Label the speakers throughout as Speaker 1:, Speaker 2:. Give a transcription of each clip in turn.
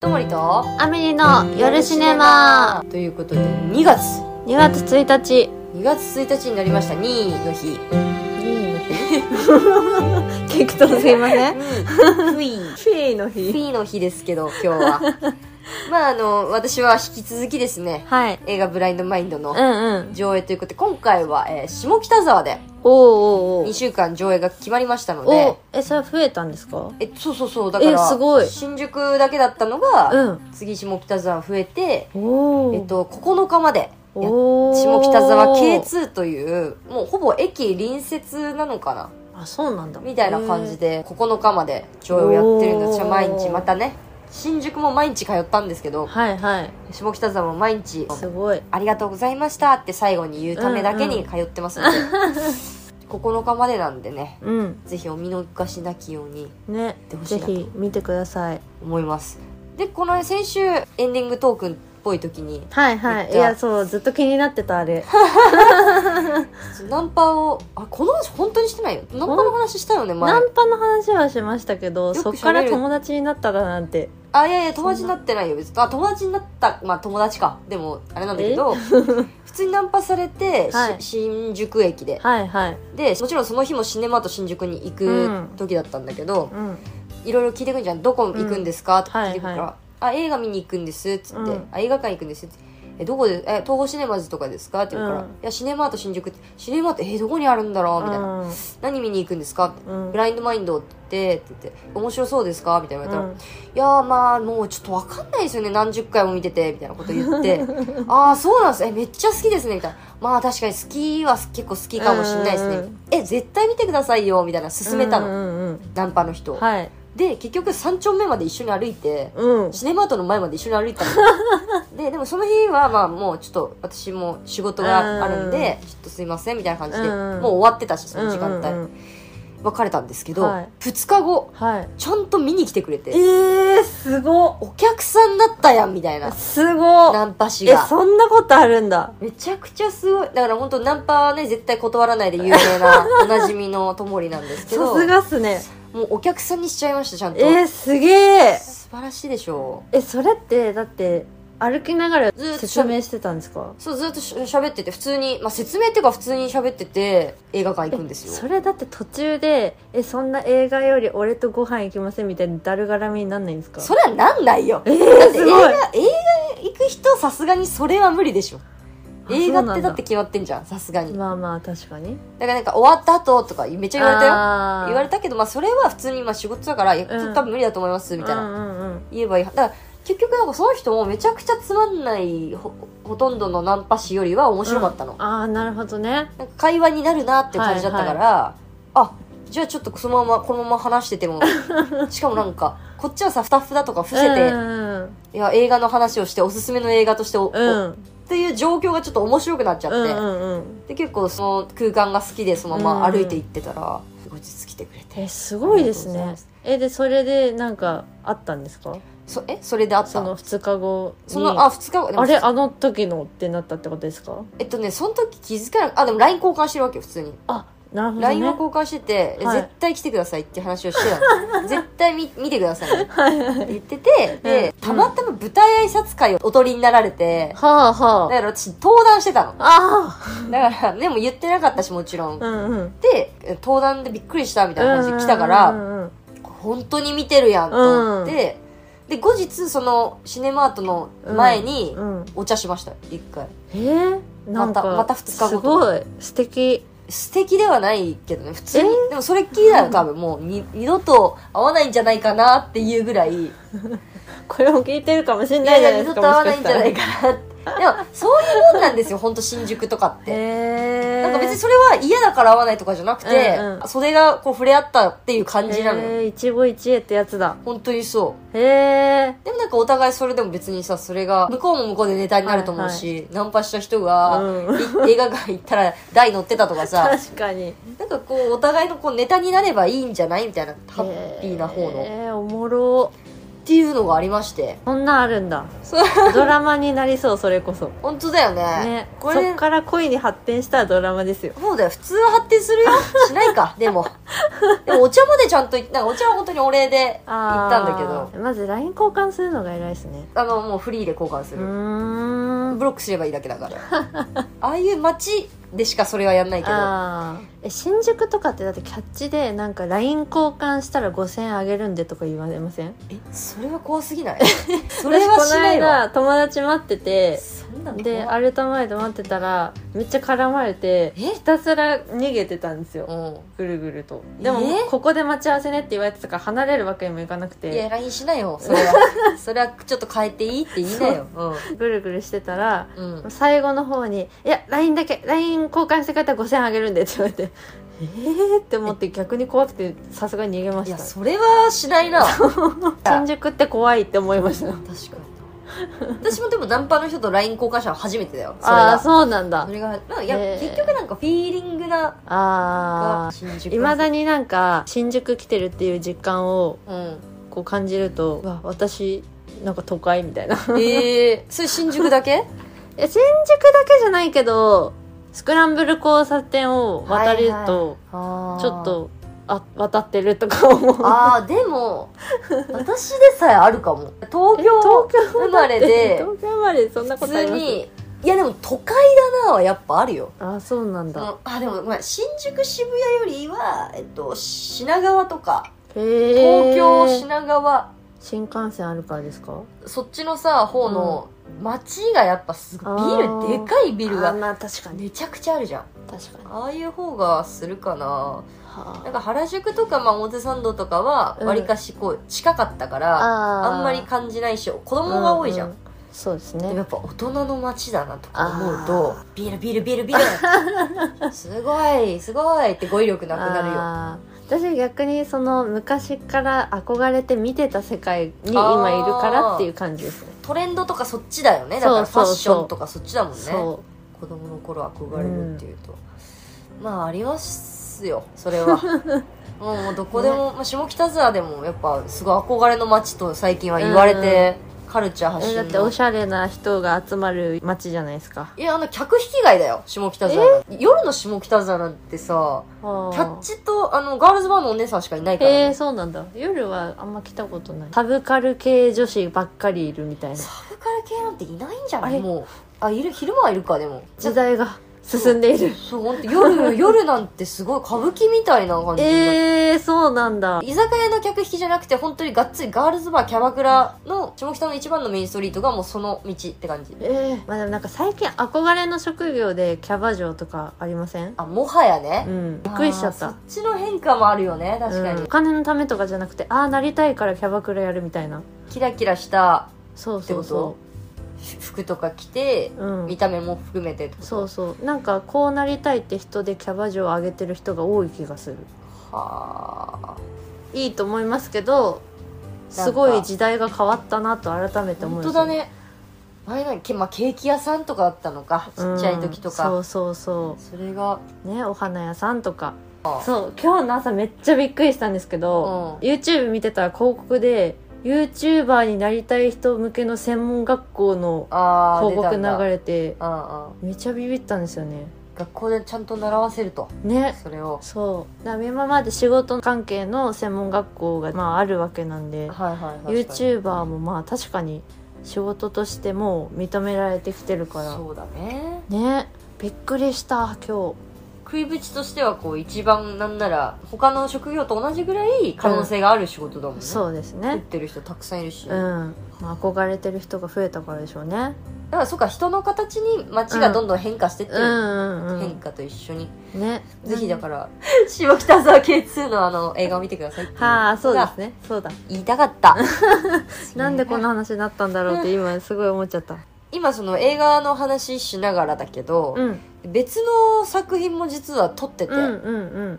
Speaker 1: ともりと
Speaker 2: アミリの夜シネマ
Speaker 1: ということで2月
Speaker 2: 2月1日
Speaker 1: 2月1日になりました2の日
Speaker 2: 適当すいません
Speaker 1: ふ い
Speaker 2: フィーの
Speaker 1: ふ
Speaker 2: 日
Speaker 1: いの日ですけど今日 はまああの私は引き続きですね
Speaker 2: はい
Speaker 1: 映画「ブラインドマインド」の
Speaker 2: うんうん
Speaker 1: 上映ということで今回は、えー下北沢で
Speaker 2: おうおうお
Speaker 1: 2
Speaker 2: う
Speaker 1: 週間上映が決まりましたので
Speaker 2: おえそれ増えたんですか
Speaker 1: えそうそうそうだから
Speaker 2: えすごい
Speaker 1: 新宿だけだったのが、
Speaker 2: うん
Speaker 1: 次下北沢増えて、
Speaker 2: おお
Speaker 1: えっと、9日までやっ
Speaker 2: おー
Speaker 1: 下北沢 K2 というもうほぼ駅隣接なのかな
Speaker 2: あそうなんだ
Speaker 1: みたいな感じで9日まで上映をやってるんで
Speaker 2: おー
Speaker 1: 私は毎日またね新宿も毎日通ったんですけ
Speaker 2: へー
Speaker 1: ど
Speaker 2: はいはい
Speaker 1: 下北沢も毎日
Speaker 2: すごい
Speaker 1: 「ありがとうございました」って最後に言うためだけに通ってますので、9日までなんでね
Speaker 2: うん
Speaker 1: ぜひお見逃しなきように
Speaker 2: ね
Speaker 1: てほしいな
Speaker 2: ぜひ見てください
Speaker 1: 思いますでこの先週エンディングトークンっぽい時に
Speaker 2: はいは
Speaker 1: 言
Speaker 2: いい
Speaker 1: った
Speaker 2: やそうずっと気になってたあれ
Speaker 1: ナンパをあこの話本当にしてないよナンパの話したよね前
Speaker 2: ナンパの話はしましたけ
Speaker 1: よ
Speaker 2: ど
Speaker 1: く喋
Speaker 2: そ
Speaker 1: る
Speaker 2: っから友達になっただなんて
Speaker 1: あいやいや友達になってないよ別にあ友達になったまあ友達かでもあれなんだけ ど普通にナンパされて、し
Speaker 2: はい
Speaker 1: 新宿駅で
Speaker 2: はいはい
Speaker 1: でもちろんその日もシネマと新宿に行
Speaker 2: う
Speaker 1: く
Speaker 2: ん
Speaker 1: 時だったんだけど、
Speaker 2: うん
Speaker 1: いろいろ聞いてくんじゃんどこ行くんですか、って聞いてくるから、
Speaker 2: はいは
Speaker 1: あ映画見に行くんですっつって、
Speaker 2: うん
Speaker 1: あ映画館行くんですってえどこでえ東宝シネマズとかですかって言うから、
Speaker 2: うん
Speaker 1: いやシネマート新宿ってシネマートえどこにあるんだろうみたいな、何見に行くんですかって
Speaker 2: うん
Speaker 1: ブラインドマインドってって言って面白そうですかみたいな言われたら、
Speaker 2: うん
Speaker 1: いやーまあもうちょっとわかんないですよね何十回も見ててみたいなこと言って ああそうなんですえめっちゃ好きですねみたいなまあ確かに好きは結構好きかもしれないですね、
Speaker 2: うんう
Speaker 1: え絶対見てくださいよみたいな勧めたの、
Speaker 2: うんうんうん
Speaker 1: ナンパの人を、
Speaker 2: はい
Speaker 1: で結局3丁目まで一緒に歩いて、
Speaker 2: うん
Speaker 1: シネマートの前まで一緒に歩いてたの ででもその日はまあもうちょっと私も仕事があるんで、ちょっとすいませんみたいな感じで、
Speaker 2: うんうん
Speaker 1: もう終わってたしその時間帯、
Speaker 2: うんうんうん
Speaker 1: 別れたんですけど、
Speaker 2: はい
Speaker 1: 2日後
Speaker 2: はい
Speaker 1: ちゃんと見に来てくれ
Speaker 2: え
Speaker 1: て
Speaker 2: ー、すご
Speaker 1: お客さんだったやんみたいな
Speaker 2: すご
Speaker 1: ナンパ師
Speaker 2: え
Speaker 1: が
Speaker 2: そんなことあるんだ
Speaker 1: めちゃくちゃすごいだから本当ナンパはね絶対断らないで有名 なおなじみのともりなんですけど
Speaker 2: さすがっすね
Speaker 1: もうお客さんにしちゃいましたちゃんと、
Speaker 2: えー、すげえ
Speaker 1: 素晴らしいでしょう
Speaker 2: えそれってだって歩きながら
Speaker 1: ずっと
Speaker 2: 説明してたんですか
Speaker 1: そうずっとし喋ってて普通に、まあ、説明っていうか普通に喋ってて映画館行くんです
Speaker 2: そ
Speaker 1: よ
Speaker 2: れだって途中で「えそんな映画より俺とご飯行きません」みたいにだるがらみになんないんですか
Speaker 1: それはなんないよ
Speaker 2: えー、
Speaker 1: だって映
Speaker 2: すご
Speaker 1: 画
Speaker 2: い
Speaker 1: 映画行く人さすがにそれは無理でしょ映
Speaker 2: そう
Speaker 1: 画っ
Speaker 2: な
Speaker 1: て
Speaker 2: んだ
Speaker 1: だって決まってんじゃんさすがにだか
Speaker 2: まあまあ確かに
Speaker 1: らなんか終わった後とかめっちゃ言われたよ
Speaker 2: よ
Speaker 1: 言われたけど、まあ、それは普通にまあ仕事だから、いやちょっと多分無理だと思います、みたいな。
Speaker 2: うんうんうん
Speaker 1: 言えばいい。だから、結局なんかその人もめちゃくちゃつまんないほ、ほとんどのナンパ師よりは面白かったの。
Speaker 2: ああなるほどね
Speaker 1: なんか会話になるなって感じだったから、あ、じゃあちょっとそのまま、このまま話してて も、しかもなんか、こっちはさ、スタッフだとか伏せて、
Speaker 2: うんうん
Speaker 1: いや、映画の話をして、おすすめの映画としてお、お
Speaker 2: うんうん
Speaker 1: っていう状況がちょっと面白くなっちゃって、
Speaker 2: うんうんうん
Speaker 1: で、結構その空間が好きで、そのまま歩いて行ってたら、後日来てくれて。
Speaker 2: えすごいです
Speaker 1: ありがとうございま
Speaker 2: ね
Speaker 1: す
Speaker 2: えでそれでなんかあったんですか
Speaker 1: そえそれで会った
Speaker 2: その2日後に
Speaker 1: そのあ2日後でも
Speaker 2: あれあの時のってなったってことですか
Speaker 1: えっとねその時気づかなあでも LINE 交換してるわけよ普通に、
Speaker 2: あなるほど
Speaker 1: LINE は
Speaker 2: ね
Speaker 1: 交換してて、え
Speaker 2: はい
Speaker 1: 絶対来てくださいって話をしてたの 絶対見見てください ねって言っててで、
Speaker 2: うん
Speaker 1: たまたま舞台挨拶会をおとりになられて
Speaker 2: は
Speaker 1: だ
Speaker 2: あは
Speaker 1: から私登壇してたの
Speaker 2: ああ
Speaker 1: だからでも言ってなかったしもちろん
Speaker 2: あうんうん
Speaker 1: で登壇でびっくりしたみたいな感じで来たか
Speaker 2: うん
Speaker 1: ら
Speaker 2: うんうん
Speaker 1: 本当に見てるやんと思って、で後日そのシネマートの前に
Speaker 2: うんうん
Speaker 1: お茶しました一回
Speaker 2: えー、なんか
Speaker 1: またまた二日後
Speaker 2: すごい素敵
Speaker 1: 素敵ではないけどね普通にでもそれっきりだよ多分 もうに二度と会わないんじゃないかなっていうぐらいい
Speaker 2: これも聞いてるかもしれないじゃ
Speaker 1: やいや
Speaker 2: ないで
Speaker 1: 二
Speaker 2: す
Speaker 1: 度
Speaker 2: か
Speaker 1: と会わないんじゃない
Speaker 2: か
Speaker 1: かなってでもそういうもんなんですよ本当新宿とかっ
Speaker 2: へ
Speaker 1: て
Speaker 2: え
Speaker 1: なんか別にそれは嫌だから会わないとかじゃなくて、
Speaker 2: うんうん
Speaker 1: それがこう触れ合ったっていう感じなのよ、
Speaker 2: へー一期一会ってやつだ
Speaker 1: 本当にそ
Speaker 2: へえ
Speaker 1: うでもなんかお互いそれでも別にさそれが向こうも向こうでネタになると思うし、ナンパした人が、い 映画館行ったら台乗ってたとかさ
Speaker 2: 確かに
Speaker 1: なんかこうお互いのこうネタになればいいんじゃないみたいなハッピーな方の
Speaker 2: えー、おもろ
Speaker 1: っていうのがありまして
Speaker 2: そんなんあるんだ
Speaker 1: そう
Speaker 2: ドラマになりそうそれこそ
Speaker 1: 本当だよね
Speaker 2: ね
Speaker 1: こ
Speaker 2: そ
Speaker 1: れ
Speaker 2: っから恋に発展したドラマですよ
Speaker 1: そうだよ普通は発展するよしない かでもでもお茶までちゃんと行なんかお茶は本当にお礼で行ったんだけど
Speaker 2: けどまず LINE 交換するのが偉いですね
Speaker 1: あのもうフリーで交換す
Speaker 2: う
Speaker 1: る、
Speaker 2: ーん
Speaker 1: ブロックすればいいだけだから ああいう街でしかそれはやんないけど
Speaker 2: あーえ新宿とかってだってキャッチでなんか LINE 交換したら5000円あげるんでとか言われません
Speaker 1: えそれは怖すぎない それは
Speaker 2: 私
Speaker 1: しない
Speaker 2: この
Speaker 1: わ
Speaker 2: 間友達待ってて
Speaker 1: そんなの
Speaker 2: で
Speaker 1: 怖い
Speaker 2: アルタ前で待ってたらめっちゃ絡まれて
Speaker 1: え
Speaker 2: ひたすら逃げてたんですよ
Speaker 1: う
Speaker 2: ぐるぐるとでも
Speaker 1: え
Speaker 2: ここで待ち合わせねって言われてたから離れるわけにもいかなく
Speaker 1: んいや
Speaker 2: て
Speaker 1: LINE しないよそ れはそれはちょっと変えていいって言いなよ
Speaker 2: ぐるぐるしてたら
Speaker 1: うん、うん、
Speaker 2: 最後の方に「いや LINE だけ LINE 交換してくれたら5000あげるんで」って言われて「えー?」って思って逆に怖くてさすがに逃げま
Speaker 1: い
Speaker 2: し
Speaker 1: や
Speaker 2: た
Speaker 1: それはしないな確か
Speaker 2: 新
Speaker 1: に
Speaker 2: 宿って怖いって思い ました
Speaker 1: 私もでもナンパの人と LINE 交換したの初めてだよそれ
Speaker 2: ああ
Speaker 1: がそ
Speaker 2: そうなんだ
Speaker 1: れがまあいや、
Speaker 2: へえ
Speaker 1: 結局なんかフィーリングな
Speaker 2: ああ
Speaker 1: 新宿
Speaker 2: いまだ
Speaker 1: に
Speaker 2: になんか新宿来てるっていう実感を
Speaker 1: うん
Speaker 2: こう感じるとうわ私なんか都会みたいな
Speaker 1: ええそれ新宿だ け
Speaker 2: いや新宿だけじゃないけどスクランブル交差点を渡ると
Speaker 1: ちょ
Speaker 2: ちょっとあ渡ってるとか思う
Speaker 1: あーでも私でさえあるかも東
Speaker 2: え
Speaker 1: 京
Speaker 2: 東京
Speaker 1: 生まれで
Speaker 2: 東京生まれそんなこ
Speaker 1: 普
Speaker 2: とあり
Speaker 1: 通
Speaker 2: ます
Speaker 1: にいやでも都会だなはやっぱあるよ
Speaker 2: あそうなん
Speaker 1: そ
Speaker 2: だ
Speaker 1: のあでもごめん新宿渋谷よりは、えっと、品川とか
Speaker 2: へえ
Speaker 1: 東京品川、
Speaker 2: 新幹線あるからですか
Speaker 1: そっちのさ方の街がやっぱすごいビ
Speaker 2: あ
Speaker 1: ル
Speaker 2: ー
Speaker 1: でかいビ
Speaker 2: ビ
Speaker 1: ルが
Speaker 2: まあ確か
Speaker 1: めちゃくちゃあるじゃん
Speaker 2: 確かに
Speaker 1: ああいう方がするかななん
Speaker 2: は
Speaker 1: か原宿とか、まあ、表参道とかは
Speaker 2: うん
Speaker 1: わりかしこう近かったから、
Speaker 2: あー
Speaker 1: あんまり感じないし子供が多いじゃん
Speaker 2: ううそうですね
Speaker 1: でもやっぱ大人の街だなとか思うとビールビールビールビールすごいすごいって語彙力なくなるよ
Speaker 2: あー私逆にその昔から憧れて見てた世界に今いるからっていう感じですね
Speaker 1: トレンドとかそっちだよねだからフ
Speaker 2: そ
Speaker 1: ァ
Speaker 2: う
Speaker 1: ッ
Speaker 2: そうそう
Speaker 1: ションとかそっちだもんね
Speaker 2: そ
Speaker 1: 子供の頃憧れるっていうと、まあありますよそれ はもうもうどこでも、まあ、下北沢でもやっぱすごい憧れの街と最近は言われて、カルチャー
Speaker 2: う
Speaker 1: 発
Speaker 2: え
Speaker 1: 信
Speaker 2: だ
Speaker 1: の
Speaker 2: っておしゃれな人が集まる街じゃないですか
Speaker 1: いやあの客引き街だよ下北沢が夜の下北沢なんてさ
Speaker 2: キャ
Speaker 1: キャッチとあのガールズバーのお姉さんしかいないから、
Speaker 2: へえそうなんだ夜はあんま来たことないサブカル系女子ばっかりいるみたいな
Speaker 1: サブカル系なんていないんじゃな
Speaker 2: あ
Speaker 1: い
Speaker 2: れ
Speaker 1: もうあいる昼間はいるかでも
Speaker 2: 時代が進んでいる
Speaker 1: そう本当夜夜なんてすごい歌舞伎みたいな感じになって
Speaker 2: ええそうなんだ
Speaker 1: 居酒屋の客引きじゃなくて本当にがっつりガールズバーキャバクラの下北の一番のメインストリートがもうその道って感じ
Speaker 2: ええまあでもなんか最近憧れの職業でキャバ嬢とかありません
Speaker 1: あもはやね
Speaker 2: う、んびっくりしちゃ
Speaker 1: あー
Speaker 2: った
Speaker 1: そっちの変化もあるよね確かに、
Speaker 2: うんお金のためとかじゃなくてああなりたいからキャバクラやるみたいな
Speaker 1: キラキラした
Speaker 2: そうそうそ
Speaker 1: 服とか着て、
Speaker 2: うう
Speaker 1: 見
Speaker 2: ん
Speaker 1: た目も含めてってこと
Speaker 2: そうそうなんかこうなりたいって人でキャバ嬢を上げてる人が多い気がする
Speaker 1: はあ
Speaker 2: いいと思いますけどすごい時代が変わったなと改めて思
Speaker 1: 本当
Speaker 2: う
Speaker 1: だね前なんかけ、まあ、ケーキ屋さんとかだったのかちっちゃい時とか、
Speaker 2: うんそうそうそ
Speaker 1: それが
Speaker 2: うねお花屋さんとか
Speaker 1: あ
Speaker 2: そう今日の朝めっちゃびっくりしたんですけど、
Speaker 1: う
Speaker 2: YouTube 見てたら広告で YouTuber になりたい人向けの専門学校の
Speaker 1: あー
Speaker 2: 広告
Speaker 1: 出たんだ
Speaker 2: 流れて
Speaker 1: うんうん
Speaker 2: めちゃビビったんですよね
Speaker 1: 学校でちゃんと習わせると
Speaker 2: ね
Speaker 1: それを
Speaker 2: そうだから今まで仕事関係の専門学校が、まあ、あるわけなんで
Speaker 1: はいはいはい
Speaker 2: YouTuber もまあ確かに仕事としてもう認められてきてるか
Speaker 1: そうだね
Speaker 2: らねびっくりした今日
Speaker 1: 食いぶちとしてはこう一番なんなら他の職業と同じぐらい可能性がある仕事だもんね、
Speaker 2: そうです
Speaker 1: 食っ
Speaker 2: ね
Speaker 1: てる人たくさんいるし、
Speaker 2: うん、
Speaker 1: だ
Speaker 2: まあ、憧れてる人が増えたからでしょうね
Speaker 1: からそっか人の形に街がどんどん変化してって
Speaker 2: う
Speaker 1: る、
Speaker 2: んうんう
Speaker 1: 変
Speaker 2: ん
Speaker 1: 化と一緒に、
Speaker 2: ね
Speaker 1: ぜひだから下北沢 K2 のあの映画を見てくださいっていう
Speaker 2: はあそうですねそうだ
Speaker 1: 言いたかった
Speaker 2: なんでこんな話になったんだろうって今すごい思っちゃった
Speaker 1: 今その映画の話しながらだけど
Speaker 2: う、ん
Speaker 1: 別の作品も実は撮ってて、
Speaker 2: うんうんう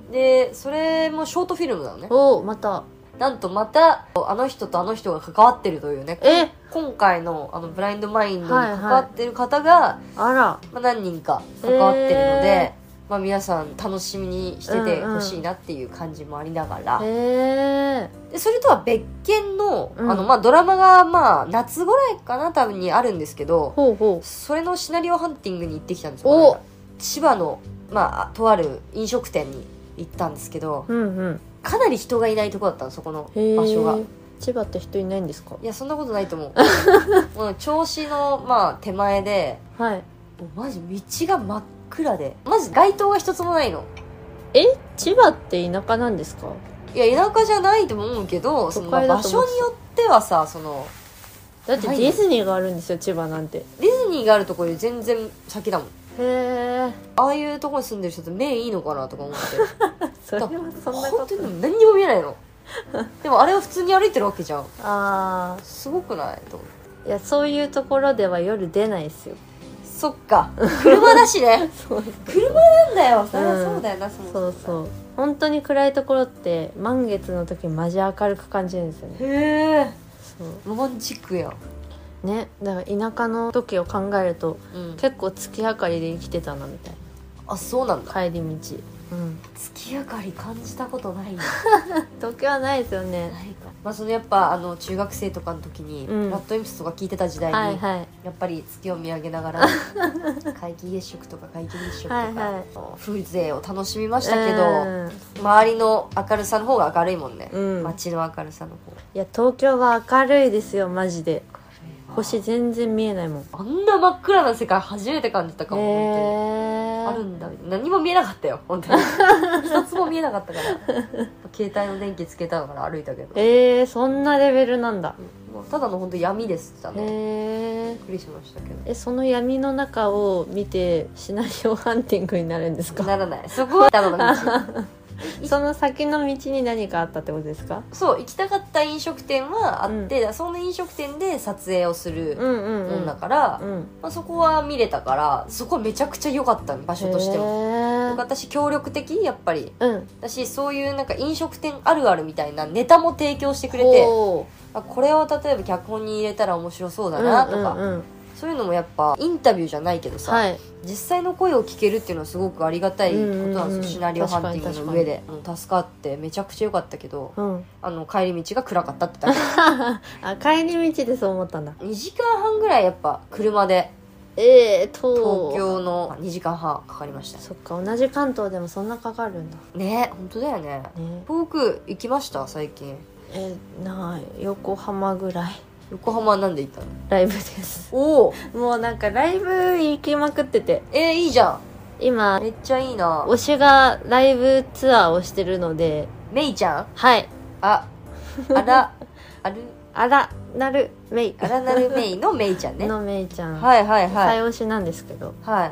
Speaker 2: ん
Speaker 1: でそれもショートフィルムなのね
Speaker 2: おおまた
Speaker 1: なんとまたあの人とあの人が関わってるというね
Speaker 2: え
Speaker 1: 今回のあのブラインドマインドに
Speaker 2: はいはい
Speaker 1: 関わってる方が、
Speaker 2: あら
Speaker 1: まあ、何人か関わってるので、まあ、皆さん楽しみにしててほしいなっていう感じもありながら、
Speaker 2: へえ
Speaker 1: でそれとは別件の,、
Speaker 2: うん
Speaker 1: あのまあ、ドラマが、まあ、夏ぐらいかな多分にあるんですけど
Speaker 2: ほうほう
Speaker 1: それのシナリオハンティングに行ってきたんですよ
Speaker 2: お
Speaker 1: この間千葉の、まあ、とある飲食店に行ったんですけど
Speaker 2: うんうん
Speaker 1: かなり人がいないとこだったのそこの
Speaker 2: へえ
Speaker 1: 場所が。
Speaker 2: 千葉って人いないんですか
Speaker 1: いやそんなことないと思う もう調子の、まあ、手前で
Speaker 2: はい
Speaker 1: もうマジ道が真っ暗でマジ街灯が一つもないの
Speaker 2: 千葉って田舎なんですか
Speaker 1: いや田舎じゃないと思うけどその
Speaker 2: 都
Speaker 1: まあ
Speaker 2: 会だ
Speaker 1: 場
Speaker 2: と
Speaker 1: 所
Speaker 2: 思ってた
Speaker 1: によってはさその
Speaker 2: だってデ
Speaker 1: はい
Speaker 2: ィズニーがあるんですよ千葉なんてへ
Speaker 1: ディズニーがあるとこより全然先だもん
Speaker 2: え
Speaker 1: ああいうとこに住んでる人って目いいのかなとか思って
Speaker 2: それはそんなこ
Speaker 1: 本当
Speaker 2: と
Speaker 1: に何にも見えないのでもあれは普通に歩いてるわけじゃん
Speaker 2: あ
Speaker 1: すごくないと思う
Speaker 2: あいやそういうところでは夜出ないですよ
Speaker 1: そっか車だしね
Speaker 2: そう
Speaker 1: 車なんだよそりゃ
Speaker 2: うん
Speaker 1: そうだよな、そも
Speaker 2: そう
Speaker 1: も
Speaker 2: そう本当に暗いところって満月の時マジ明るく感じるんですよね
Speaker 1: へえ
Speaker 2: そう
Speaker 1: ロマンチックやん
Speaker 2: ねだから田舎の時を考えると
Speaker 1: うん、
Speaker 2: 結構月明かりで生きてたなみたい
Speaker 1: あそうなん
Speaker 2: な
Speaker 1: だ
Speaker 2: 帰り道うん
Speaker 1: 月明かり感じたことないな
Speaker 2: 時はないですよね
Speaker 1: ないかまあそのやっぱあの中学生とかの時に、
Speaker 2: うん
Speaker 1: ラットインプスとか聞いてた時代に、
Speaker 2: はいはい
Speaker 1: やっぱり月を見上げながら 皆既月食とか皆既日食とか、
Speaker 2: はいはい
Speaker 1: 風情を楽しみましたけど、
Speaker 2: うん
Speaker 1: 周りの明るさの方が明るいもんね、
Speaker 2: うん
Speaker 1: 街の明るさの方が
Speaker 2: いや東京は明るいですよマジで
Speaker 1: 明るい
Speaker 2: 星
Speaker 1: わ
Speaker 2: 全然見えないもんへ
Speaker 1: あんな真っ暗な世界初めて感じたかも、本当に
Speaker 2: え
Speaker 1: あるんだみたいな何も見えなかったよ本 当に一つも見えなかったから携帯の電気つけたから歩いたけど
Speaker 2: えー、そんなレベルなんだ
Speaker 1: もうただの本当闇でした
Speaker 2: へ
Speaker 1: ね、
Speaker 2: え
Speaker 1: びっくりしましたけど
Speaker 2: えその闇の中を見てシナリオハンティングになるんですか
Speaker 1: ならないそこはただの 道
Speaker 2: その先の道に何かあったってことですか
Speaker 1: そう行きたかった飲食店はあって、その飲食店で撮影をす
Speaker 2: う
Speaker 1: る
Speaker 2: んうん
Speaker 1: も
Speaker 2: うんん
Speaker 1: だから、
Speaker 2: うん
Speaker 1: まあ、そこは見れたからそこはめちゃくちゃ良かったの場所としても、
Speaker 2: も
Speaker 1: 私協力的やっぱり
Speaker 2: うん
Speaker 1: 私そういうなんか飲食店あるあるみたいなネタも提供してくれて
Speaker 2: ほ
Speaker 1: あこれを例えば脚本に入れたら面白そう
Speaker 2: う
Speaker 1: だなとか、
Speaker 2: うんうんうん
Speaker 1: そういうのもやっぱインタビューじゃないけどさ、
Speaker 2: はい
Speaker 1: 実際の声を聞けるっていうのはすごくありがたいことなんですよ、
Speaker 2: うんうんうん
Speaker 1: シナリオハンティングの上でもう助かってめちゃくちゃ良かったけど
Speaker 2: うん
Speaker 1: あの帰り道が暗かったってだ け
Speaker 2: あ帰り道でそう思ったんだ
Speaker 1: 2時間半ぐらいやっぱ車で
Speaker 2: ええー、と
Speaker 1: 東京の2時間半かかりました
Speaker 2: そっか同じ関東でもそんなかかるんだ
Speaker 1: ね本当だよね
Speaker 2: ね
Speaker 1: 遠く行きました最近
Speaker 2: えない横浜ぐらい
Speaker 1: 横浜はなんで行ったの
Speaker 2: ライブです
Speaker 1: おお
Speaker 2: もうなんかライブ行きまくってて
Speaker 1: えー、いいじゃん
Speaker 2: 今
Speaker 1: めっちゃいいな
Speaker 2: 推しがライブツアーをしてるので
Speaker 1: めいちゃん
Speaker 2: はい
Speaker 1: ああらある
Speaker 2: あらなるめい
Speaker 1: あらなるめいのめいちゃ んね
Speaker 2: のめいちゃん、
Speaker 1: はいはいはい
Speaker 2: 最推しなんですけど
Speaker 1: はい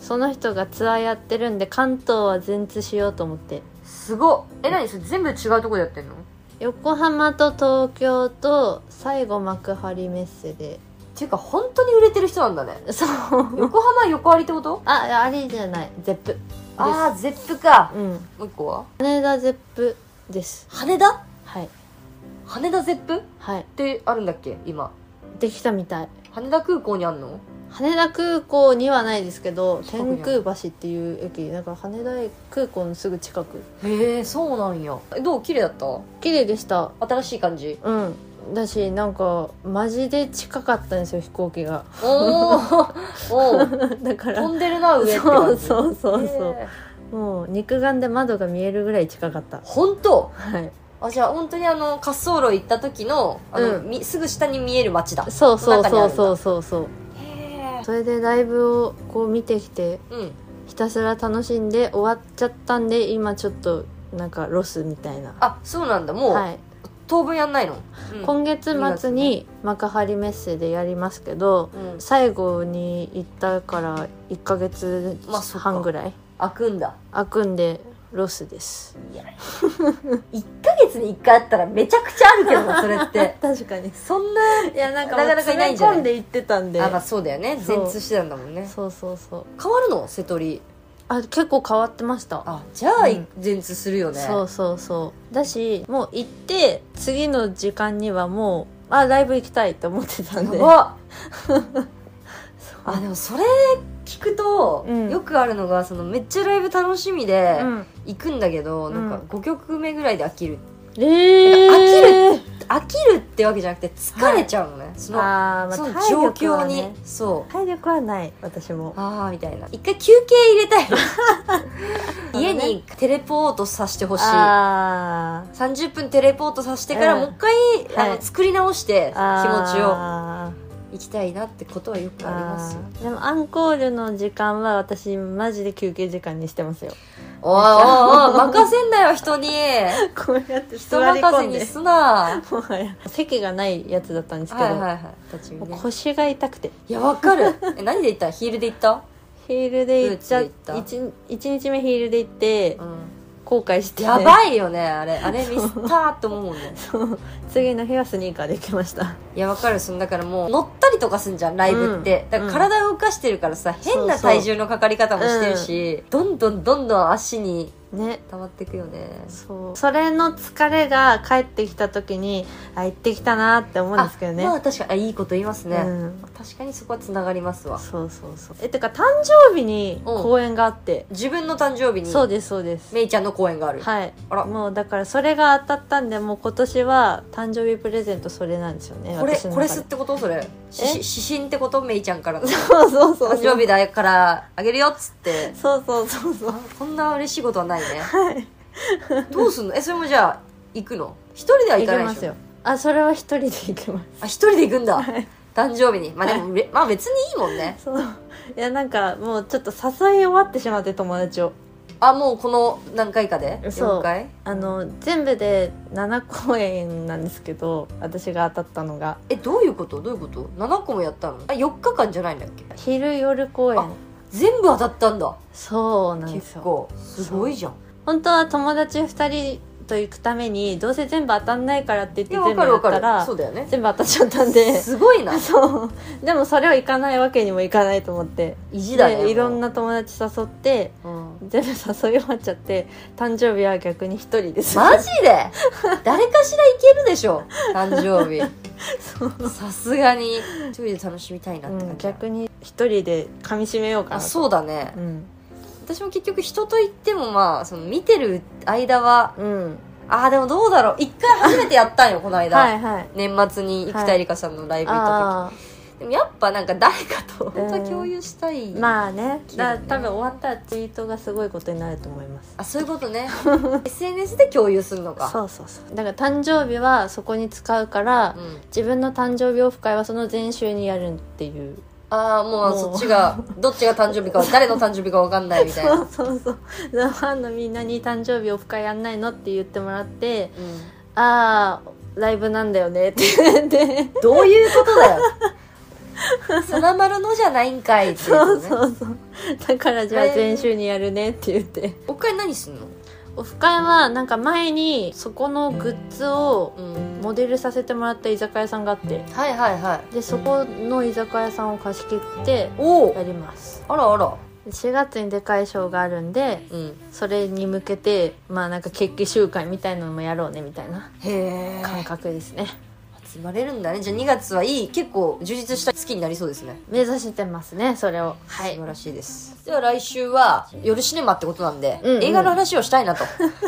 Speaker 2: その人がツアーやってるんで関東は全通しようと思って
Speaker 1: すごっえ何それ全部違うとこでやってんの
Speaker 2: 横浜と東京と最後幕張メッセで
Speaker 1: っていうか本当に売れてる人なんだね
Speaker 2: そう
Speaker 1: 横浜横ありってこと
Speaker 2: ああれじゃないゼップ
Speaker 1: ああゼップか
Speaker 2: うん
Speaker 1: もう一個は
Speaker 2: 羽田ゼップです
Speaker 1: 羽田
Speaker 2: はい
Speaker 1: 羽田ゼップっ
Speaker 2: はい
Speaker 1: てあるんだっけ今
Speaker 2: できたみたい
Speaker 1: 羽田空港にあんの
Speaker 2: 羽田空港にはないですけど
Speaker 1: 近くに
Speaker 2: 天
Speaker 1: ある
Speaker 2: 空橋っていう駅だから羽田空港のすぐ近く
Speaker 1: へえそうなんやえどう綺麗だった
Speaker 2: 綺麗でした
Speaker 1: 新しい感 じ
Speaker 2: うんだしなんかマジで近かったんですよ飛行機が
Speaker 1: おー おー
Speaker 2: だから
Speaker 1: 飛んでる な上って
Speaker 2: そ
Speaker 1: 感
Speaker 2: う
Speaker 1: じ
Speaker 2: そうそうそう、
Speaker 1: へえ
Speaker 2: もう肉眼で窓が見えるぐらい近かった
Speaker 1: 本当
Speaker 2: はい
Speaker 1: あじゃあ本当にあの滑走路行った時のあの、
Speaker 2: うん
Speaker 1: みすぐ下に見える街だ
Speaker 2: そうそう
Speaker 1: 中にある
Speaker 2: そ
Speaker 1: だ
Speaker 2: うんそうそうそう
Speaker 1: へえ
Speaker 2: それでライブをこう見てきて
Speaker 1: うん
Speaker 2: ひたすら楽しんで終わっちゃったんで今ちょっとなんかロスみたいな
Speaker 1: あそうなんだもう、
Speaker 2: はい
Speaker 1: 当分やんないの、
Speaker 2: 今月末に幕張メッセでやりますけど
Speaker 1: うん、
Speaker 2: 最後に行ったから1ヶ月
Speaker 1: まあそっか
Speaker 2: 半ぐらい
Speaker 1: 開くんだ
Speaker 2: 開くんでロスです
Speaker 1: 1ヶ月に1回あったらめちゃくちゃあるけどなそれって
Speaker 2: 確かに
Speaker 1: そんな
Speaker 2: でいやなん
Speaker 1: か
Speaker 2: か
Speaker 1: もう
Speaker 2: なかなかいないんじゃな
Speaker 1: 詰め込
Speaker 2: い
Speaker 1: ん
Speaker 2: んで行ってたんで
Speaker 1: あ、まあ、そうだよね
Speaker 2: そう
Speaker 1: 全通してたんだもんね
Speaker 2: そうそうそう
Speaker 1: 変わるの瀬戸り
Speaker 2: あ結構変わってました
Speaker 1: あじゃあ、
Speaker 2: うん
Speaker 1: 全通するよね
Speaker 2: そうそうそうだしもう行って次の時 間にはもうあライブ行きたいと思ってたんで
Speaker 1: やばっあでもそれ聞くと、
Speaker 2: うん
Speaker 1: よくあるのがそのめっちゃライブ楽しみで
Speaker 2: うん、
Speaker 1: 行くんだけど、
Speaker 2: うん
Speaker 1: なんか5曲目ぐらいで飽きる
Speaker 2: えー、
Speaker 1: 飽飽きるってわけじゃなくて疲れちゃうのね、その
Speaker 2: あーまあ
Speaker 1: その
Speaker 2: 体
Speaker 1: 状
Speaker 2: 力
Speaker 1: 況
Speaker 2: は
Speaker 1: に、
Speaker 2: ね
Speaker 1: そう
Speaker 2: 体力はない私も
Speaker 1: ああみたいな一回休憩入れた い家にテレポートさせてほしい
Speaker 2: あ
Speaker 1: 30分テレポートさせてから
Speaker 2: うん
Speaker 1: もう一回、あ
Speaker 2: は
Speaker 1: の
Speaker 2: い
Speaker 1: 作り直して気持ちを
Speaker 2: を
Speaker 1: 行きたいなってことはよくありますよ
Speaker 2: でもアンコールの時間は私マジで休憩時間にし てますよ
Speaker 1: おいおいおい任せんなよ 人に
Speaker 2: こうやって
Speaker 1: 人
Speaker 2: 座り
Speaker 1: 任
Speaker 2: 込
Speaker 1: せ
Speaker 2: ん
Speaker 1: に
Speaker 2: です
Speaker 1: な
Speaker 2: もはや 席がないやつだったんですけど、
Speaker 1: はいはいはい立ち見
Speaker 2: もう
Speaker 1: ね
Speaker 2: 腰が痛くて
Speaker 1: いやわかるえ何で行ったヒールで行った
Speaker 2: ヒールで行っちゃ
Speaker 1: ブーツで行っ
Speaker 2: 1, 日目ヒールで行って
Speaker 1: うん
Speaker 2: 後悔して
Speaker 1: やばいよねあれあれミスったーって思うもんね
Speaker 2: そう次の日はスニーカーで行きました
Speaker 1: いやわかるそのだからもう乗ったりとかすんじゃんライブって、
Speaker 2: うん
Speaker 1: だから体を動かしてるからさ変
Speaker 2: そ
Speaker 1: な
Speaker 2: うそう
Speaker 1: 体重のかかり方もしてるし、どんどんどんどん足に
Speaker 2: ね
Speaker 1: 溜まってくよね
Speaker 2: そうそれの疲れが帰ってきた時にあ行ってきたなって思うんですけどね
Speaker 1: あまあ確かにあいいこと言いますね、
Speaker 2: うん
Speaker 1: 確かにそこはつながりますわ
Speaker 2: そうそうそうえてか誕生日に公演があって、
Speaker 1: 自分の誕生日に
Speaker 2: そうですそうです
Speaker 1: めいちゃんの公演がある、
Speaker 2: はい
Speaker 1: あら
Speaker 2: もうだからそれが当たったんでもう今年は誕生日プレゼントそれなんですよね
Speaker 1: これ
Speaker 2: 私の
Speaker 1: こ
Speaker 2: 中
Speaker 1: れ
Speaker 2: です
Speaker 1: ってことそれし
Speaker 2: え
Speaker 1: 指針ってことめいちゃんからの
Speaker 2: そうそうそう
Speaker 1: 誕
Speaker 2: そう
Speaker 1: 生日だからあげるよっつって
Speaker 2: そうそうそうそう
Speaker 1: あこんな嬉しいことはないね、どうすんのえそれもじゃあ行くの一人では行
Speaker 2: 行
Speaker 1: か
Speaker 2: け
Speaker 1: ないで
Speaker 2: ま
Speaker 1: しょ
Speaker 2: すよあそれは一人で行けます
Speaker 1: あ一人で行くんだ、
Speaker 2: い
Speaker 1: 誕生日にまあでも、べまあ別にいいもんね
Speaker 2: そういやなんかもうちょっと誘い終わってしまって友達を
Speaker 1: あもうこの何回かで
Speaker 2: そう
Speaker 1: 4回
Speaker 2: あの全部で7公演なんですけど私が当たったのが
Speaker 1: えどういうことどういうこと7個もやったのあ4日間じゃないんだっけ
Speaker 2: 昼夜公演
Speaker 1: あ全部当たったんだ
Speaker 2: そうなんです
Speaker 1: 結
Speaker 2: よ
Speaker 1: 構すごいじゃん
Speaker 2: 本当は友達2人と行くためにどうせ全部当たんないからって言って
Speaker 1: いや
Speaker 2: 全
Speaker 1: 分
Speaker 2: 部
Speaker 1: かる分か
Speaker 2: やった
Speaker 1: る
Speaker 2: ら
Speaker 1: そうだよね
Speaker 2: 全部当たっちゃったん です
Speaker 1: ごいな
Speaker 2: そうでもそれを行かないわけにもいかないと思って
Speaker 1: 意地だねもう
Speaker 2: でいろんな友達誘って
Speaker 1: うん
Speaker 2: 全部誘い終わっちゃって誕生日は逆に一人です
Speaker 1: マジで誰かしらいけるでしょ誕生 日さすがに一人で楽しみたいなって
Speaker 2: うん
Speaker 1: 感じだ、
Speaker 2: 逆に一人で噛み締めようかな
Speaker 1: あ
Speaker 2: と
Speaker 1: そうだね
Speaker 2: うん、
Speaker 1: 私も結局人と言ってもまあその見てる間は
Speaker 2: うん、
Speaker 1: ああでもどうだろう一回初めてやったんよこの間、
Speaker 2: はいはい
Speaker 1: 年末に生田絵梨花さんのライブ行った
Speaker 2: あ
Speaker 1: 時、でもやっぱなんか誰かと
Speaker 2: うん
Speaker 1: 本当は共有したい、
Speaker 2: ーまあねだ
Speaker 1: 気分ね
Speaker 2: 多分終わったらツイートがすごいことになると思います
Speaker 1: あそういうこと ね SNS で共有するのか
Speaker 2: そうそうそうだから誕生日はそこに使うから、
Speaker 1: うん、
Speaker 2: 自分の誕生日オフ会はその前週にやるっていう
Speaker 1: ああもう
Speaker 2: もう
Speaker 1: そっちがどっちが誕生日か誰の誕生日か分かんないみたいな、う
Speaker 2: そうそうそうファンのみんなに誕生日オフ会やんないのって言ってもらって
Speaker 1: ん、
Speaker 2: ああライブなんだよねって言って
Speaker 1: どういうことだよそらまるのじゃないんかいっていう
Speaker 2: そう
Speaker 1: ね
Speaker 2: そうそうだからじゃあ前週にやるねって言って
Speaker 1: おかえ何すんの、
Speaker 2: オフ会はなんか前にそこのグッズを
Speaker 1: うん、
Speaker 2: モデルさせてもらった居酒屋さんがあって
Speaker 1: はいはいはい
Speaker 2: でそこの居酒屋さんを貸し切って
Speaker 1: おお
Speaker 2: やります
Speaker 1: あらあら
Speaker 2: 4月にでかいショーがあるんで
Speaker 1: うん
Speaker 2: それに向けてまあなんか決起集会みたいなのもやろうねみたいな
Speaker 1: へえ
Speaker 2: 感覚ですね
Speaker 1: 集まれるんだねじゃあ2月はいい結構充実した月になりそうですね
Speaker 2: 目指してますねそれをはい
Speaker 1: 素晴らしいですでは来週は夜シネマってことなんで、
Speaker 2: うんうん
Speaker 1: 映画の話をしたいなと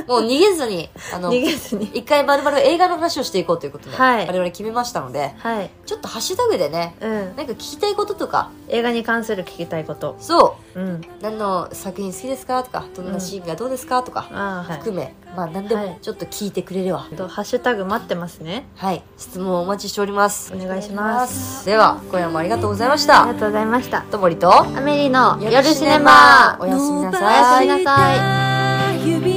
Speaker 1: もう逃げずにあ の
Speaker 2: 逃げずに
Speaker 1: 一回まるまる映画の話をしていこうということで、
Speaker 2: はい
Speaker 1: 我々決めましたので
Speaker 2: はい
Speaker 1: ちょっとハッシュタグでね
Speaker 2: うん
Speaker 1: なんか聞きたいこととか
Speaker 2: 映画に関する聞きたいこと
Speaker 1: そ
Speaker 2: うん
Speaker 1: う何の作品好きですかとかどんなシーンがどうですかとか、
Speaker 2: ああはい
Speaker 1: 含めまあ何で
Speaker 2: は
Speaker 1: も
Speaker 2: い
Speaker 1: ちょっと聞いてくれれば、
Speaker 2: とハッシュタグ待ってますね
Speaker 1: はい質問をお待ちしております
Speaker 2: お願いします
Speaker 1: では今夜もありがとうございまし
Speaker 2: あ
Speaker 1: た
Speaker 2: りがとうございました
Speaker 1: ともりと
Speaker 2: アメリの夜シネマ
Speaker 1: おやすみなさい
Speaker 2: おやすみなさい
Speaker 3: 指